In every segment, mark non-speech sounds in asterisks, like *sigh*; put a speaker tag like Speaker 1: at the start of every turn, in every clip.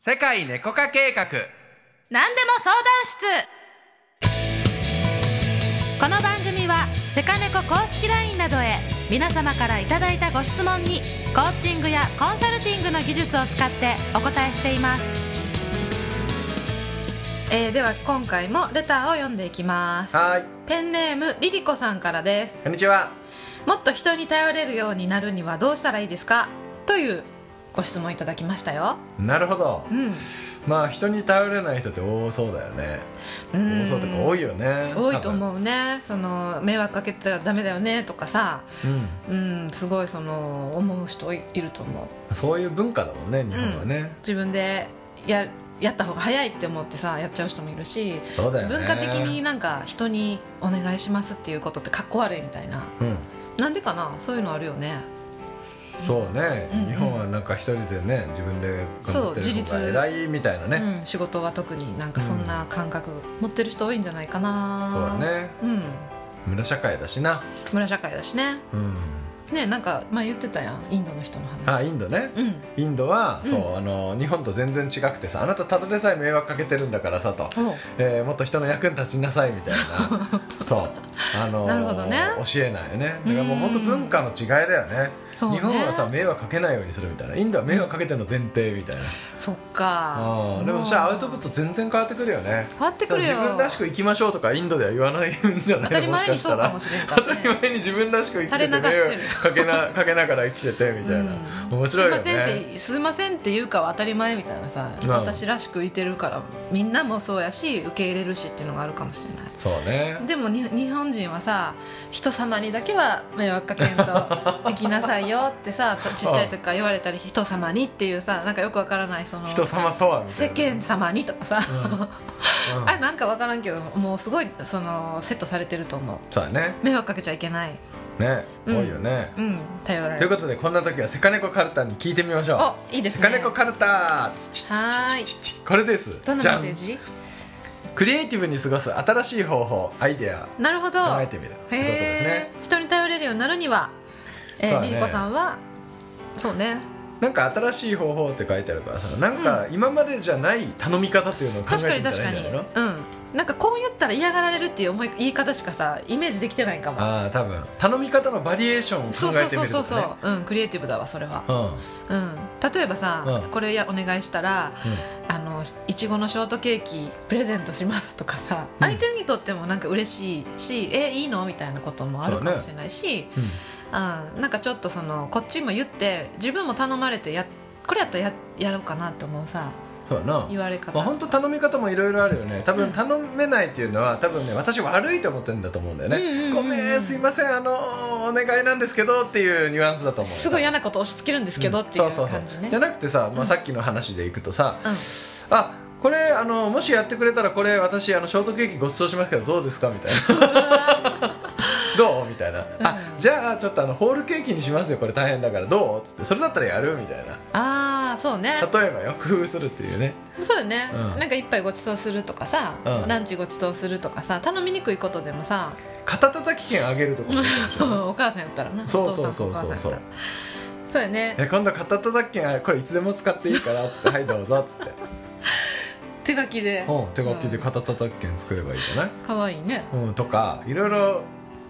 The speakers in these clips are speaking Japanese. Speaker 1: 世界猫化計画
Speaker 2: 何でも相談室この番組はセカネコ公式 LINE などへ皆様からいただいたご質問にコーチングやコンサルティングの技術を使ってお答えしています、えー、では今回もレターを読んでいきます
Speaker 1: はい
Speaker 2: ペンネームリリコさんからです
Speaker 1: こんにちは
Speaker 2: もっと人に頼れるようになるにはどうしたらいいですかというご質問いただきましたよ
Speaker 1: なるほど
Speaker 2: うん
Speaker 1: まあ人に頼れない人って多そうだよね
Speaker 2: うん
Speaker 1: 多そうとか多いよね
Speaker 2: 多いと
Speaker 1: う、
Speaker 2: 思うねその迷惑かけたらダメだよねとかさ
Speaker 1: うん、
Speaker 2: うんすごいその思う人いいると思う
Speaker 1: そういう文化だもんね日本はね、
Speaker 2: 自分でややった方が早いって思ってさやっちゃう人もいるし
Speaker 1: そうだよね
Speaker 2: 文化的になんか人にお願いしますっていうことってかっこ悪いみたいな
Speaker 1: うん
Speaker 2: なんでかなそういうのあるよね
Speaker 1: そうね、
Speaker 2: うんうん
Speaker 1: 日本はなんか一人でね自分で頑張って
Speaker 2: そう自
Speaker 1: る方
Speaker 2: 立
Speaker 1: が偉いみたいなね、
Speaker 2: うん、仕事は特になんかそんな感覚持ってる人多いんじゃないか
Speaker 1: そう
Speaker 2: な
Speaker 1: だね
Speaker 2: うん
Speaker 1: 村社会だしな
Speaker 2: 村社会だしね
Speaker 1: うん
Speaker 2: ねなんか前言ってたやんインドの人の話
Speaker 1: あインドね
Speaker 2: うん
Speaker 1: インドは、
Speaker 2: うん
Speaker 1: そうあの日本と全然違くてさあなたただでさえ迷惑かけてるんだからさと、
Speaker 2: おう
Speaker 1: えーもっと人の役に立ちなさいみたい
Speaker 2: *laughs*
Speaker 1: なそうあのー
Speaker 2: なるほどね
Speaker 1: 教えないよねだからもう本当文化の違いだよね
Speaker 2: そうね
Speaker 1: 日本はさ迷惑かけないようにするみたいなインドは迷惑かけてるの前提みたいな、
Speaker 2: そっか
Speaker 1: あーでもそしたらアウトプット全然変わってくるよね
Speaker 2: 変わってくるよ
Speaker 1: そう自分らしく生きましょうとかインドでは言わないんじゃな
Speaker 2: 当
Speaker 1: い
Speaker 2: たり
Speaker 1: もし
Speaker 2: 前
Speaker 1: か
Speaker 2: に
Speaker 1: し
Speaker 2: そ
Speaker 1: た
Speaker 2: うからもしれない、ね、
Speaker 1: 当たり前に自分らしく生きてて
Speaker 2: 垂れ流してる
Speaker 1: 迷惑かけなかけながら生きててみたいな、
Speaker 2: うん
Speaker 1: 面白いよ
Speaker 2: すいませんっ
Speaker 1: ね
Speaker 2: てすいませんって言うかは当たり前みたいなさ、
Speaker 1: うん
Speaker 2: 私らしくいてるからみんなもそうやし受け入れるしっていうのがあるかもし
Speaker 1: *laughs*
Speaker 2: れない
Speaker 1: そうね
Speaker 2: でもに日本人はさ人様にだけは迷惑か
Speaker 1: *laughs*
Speaker 2: けんと行きなさいよってさとちっちゃい時から言われたり人様にっていうさなんかよくわからないその
Speaker 1: 人様とはみた
Speaker 2: 世
Speaker 1: いな
Speaker 2: 間様にとかさ、
Speaker 1: うん
Speaker 2: あれなんかわからんけどもうすごいそのセットされてると思う
Speaker 1: そうだね
Speaker 2: 迷惑かけちゃいけない
Speaker 1: ね多
Speaker 2: うん
Speaker 1: いよね、
Speaker 2: うん頼られる
Speaker 1: ということでこんな時はセカネコカルタに聞いてみましょう
Speaker 2: おいいです
Speaker 1: セ
Speaker 2: ね
Speaker 1: カネコカルタチチチチチチ
Speaker 2: はーい
Speaker 1: チこれです
Speaker 2: どんな
Speaker 1: じ
Speaker 2: メ
Speaker 1: ゃ
Speaker 2: ッ
Speaker 1: ん
Speaker 2: セージ
Speaker 1: クリエイティブに過ごす新しい方法アイデア
Speaker 2: なるほど
Speaker 1: 考えてみるってことですね
Speaker 2: へー人に頼れるようになるには、え
Speaker 1: そうだ
Speaker 2: ー
Speaker 1: ね
Speaker 2: りりこさんはそうね
Speaker 1: なんか新しい方法って書いてあるからさなんか今までじゃない頼み方っていうのを考え
Speaker 2: 確か
Speaker 1: て
Speaker 2: に
Speaker 1: みたら
Speaker 2: 確
Speaker 1: いい
Speaker 2: か
Speaker 1: んじゃ
Speaker 2: に
Speaker 1: ないうの
Speaker 2: んなんかこう言ったら嫌がられるっていう思い言い方しかさイメージできてないかも
Speaker 1: ああ多分頼み方のバリエーションを
Speaker 2: そう
Speaker 1: 考
Speaker 2: そ
Speaker 1: え
Speaker 2: う
Speaker 1: て
Speaker 2: そ
Speaker 1: み
Speaker 2: う
Speaker 1: る
Speaker 2: そ
Speaker 1: と
Speaker 2: う
Speaker 1: か
Speaker 2: そ
Speaker 1: ね
Speaker 2: う、うんクリエイティブだわそれは、
Speaker 1: うん
Speaker 2: うん、例えばさ、
Speaker 1: うん
Speaker 2: これやお願いしたら
Speaker 1: うん
Speaker 2: あのいちごのショートケーキプレゼントしますとかさ、
Speaker 1: うん
Speaker 2: 相手にとってもなんか嬉しいしえいいのみたいなこともあるかもしれないし、
Speaker 1: うん
Speaker 2: うん、なんかちょっとそのこっちも言って自分も頼まれてやこれやったらややろうかなって思うさ
Speaker 1: そうだな
Speaker 2: 言われ方、
Speaker 1: まあ、本当頼み方もいろいろあるよね多
Speaker 2: うん
Speaker 1: 分頼めないっていうのは多分ね私悪いと思ってるんだと思うんだよね、
Speaker 2: うんうんうんうん
Speaker 1: ごめんすいませんあのーお願いなんですけどっていうニュアンスだと思う
Speaker 2: すごい嫌なこと押し付けるんですけどっていう
Speaker 1: そそ
Speaker 2: 感じね
Speaker 1: じゃなくてさ、まあ、さっきの話でいくとさ、
Speaker 2: うん
Speaker 1: あこれあのもしやってくれたらこれ私あのショートケーキごちそうしますけどどうですかみたいなどうみたいな、あ
Speaker 2: うん
Speaker 1: じゃあちょっとあのホールケーキにしますよこれ大変だからどうっつってそれだったらやるみたいな
Speaker 2: ああそうね
Speaker 1: 例えばよ工夫するっていうね
Speaker 2: そうだね、
Speaker 1: うん
Speaker 2: なんか一杯ごちそうするとかさ、
Speaker 1: うん
Speaker 2: ランチごちそうするとかさ頼みにくいことでもさ
Speaker 1: 肩たたき券あげるとかもいいかもしれない
Speaker 2: *laughs* お母さんやったらな
Speaker 1: そうそうそう
Speaker 2: お父さんとお母さんやったらそうやね
Speaker 1: え今度肩たたき券あこれいつでも使っていいからっ
Speaker 2: *laughs*
Speaker 1: つって「はいどうぞ」っつって、
Speaker 2: 手書きで
Speaker 1: うん、手書きで肩たたき券作ればいいじゃない、
Speaker 2: 可愛いね
Speaker 1: うん、とかいろいろ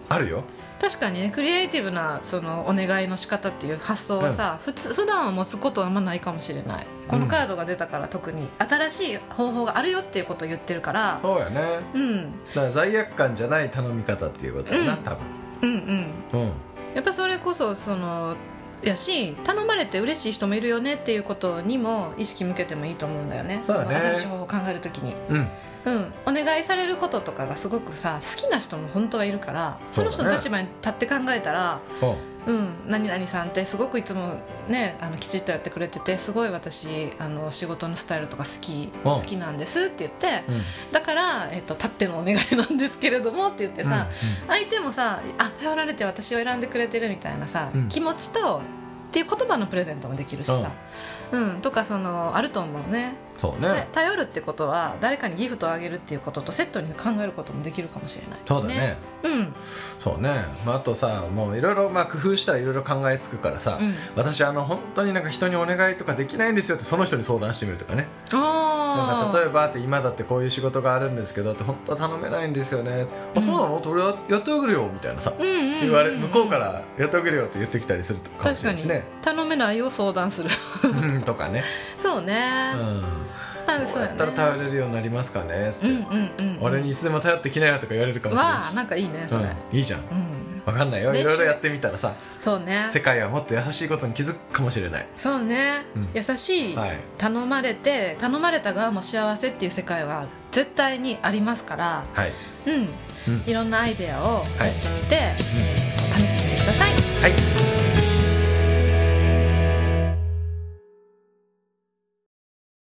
Speaker 1: あるよ
Speaker 2: 確かにねクリエイティブなそのお願いの仕方っていう発想はさ、普通普段は持つことはあんまないかもしれないこのカードが出たから特に新しい方法があるよっていうことを言ってるから、
Speaker 1: そうやね
Speaker 2: うん、うん
Speaker 1: だから罪悪感じゃない頼み方っていうことだな、
Speaker 2: うん
Speaker 1: 多
Speaker 2: うん
Speaker 1: 分うん
Speaker 2: やっぱそれこそそのやし頼まれて嬉しい人もいるよねっていうことにも意識向けてもいいと思うんだよね
Speaker 1: そうだね
Speaker 2: の新しい方法を考えるときに、
Speaker 1: うん
Speaker 2: うん、お願いされることとかがすごくさ好きな人も本当はいるからその人の
Speaker 1: そうだね
Speaker 2: 立場に立って考えたら、
Speaker 1: うん
Speaker 2: うん、何々さんってすごくいつもねあのきちっとやってくれててすごい私あの仕事のスタイルとか好き
Speaker 1: うん
Speaker 2: 好きなんですって言って
Speaker 1: うん
Speaker 2: だから、えっと、立ってのお願いなんですけれどもって言ってさ、相手もさあ頼られて私を選んでくれてるみたいなさ、
Speaker 1: うん
Speaker 2: 気持ちとっていう言葉のプレゼントもできるしさ、うんとかそのあると思うね
Speaker 1: そう
Speaker 2: で
Speaker 1: ね
Speaker 2: 頼るってことは誰かにギフトをあげるっていうこととセットに考えることもできるかもしれないし
Speaker 1: そうだね
Speaker 2: うん
Speaker 1: そうね、まあ、あとさもういろいろまあ工夫したらいろいろ考えつくからさ、
Speaker 2: うん
Speaker 1: 私あの本当になんか人にお願いとかできないんですよってその人に相談してみるとかねなん
Speaker 2: あ
Speaker 1: か例えばって今だってこういう仕事があるんですけどって本当は頼めないんですよね、
Speaker 2: う
Speaker 1: あそ
Speaker 2: ん
Speaker 1: うなのって俺はやってあげるよみたいなさ、
Speaker 2: うんうんうんうん
Speaker 1: って言われ向こうからやってあげるよって言ってきたりするとかも
Speaker 2: 確
Speaker 1: し
Speaker 2: か
Speaker 1: れな
Speaker 2: に
Speaker 1: いしね
Speaker 2: 頼めないを相談する *laughs*
Speaker 1: うんとかね、
Speaker 2: そうね
Speaker 1: う、ん、
Speaker 2: あ
Speaker 1: こ
Speaker 2: そうう
Speaker 1: や
Speaker 2: や
Speaker 1: っ
Speaker 2: ね
Speaker 1: たら頼れるようになりますかねつ
Speaker 2: う
Speaker 1: っ
Speaker 2: ん
Speaker 1: て、
Speaker 2: うんうんうん
Speaker 1: 俺にいつでも頼ってきなよとか言われるかもしれない
Speaker 2: わあ
Speaker 1: し
Speaker 2: なんかいいねそれ、
Speaker 1: うん、いいじゃん
Speaker 2: うん
Speaker 1: わかんないよ
Speaker 2: 練
Speaker 1: い
Speaker 2: 習
Speaker 1: ろいろやってみたらさ
Speaker 2: そうね
Speaker 1: 世界はもっと優しいことに気づくかもしれない、
Speaker 2: そうね、
Speaker 1: うん
Speaker 2: 優しい、
Speaker 1: はい、
Speaker 2: 頼まれて頼まれた側も幸せっていう世界は絶対にありますから
Speaker 1: はい、
Speaker 2: うん
Speaker 1: うん
Speaker 2: いろんなアイデアを出してみて、
Speaker 1: うん
Speaker 2: 試してみてください
Speaker 1: はい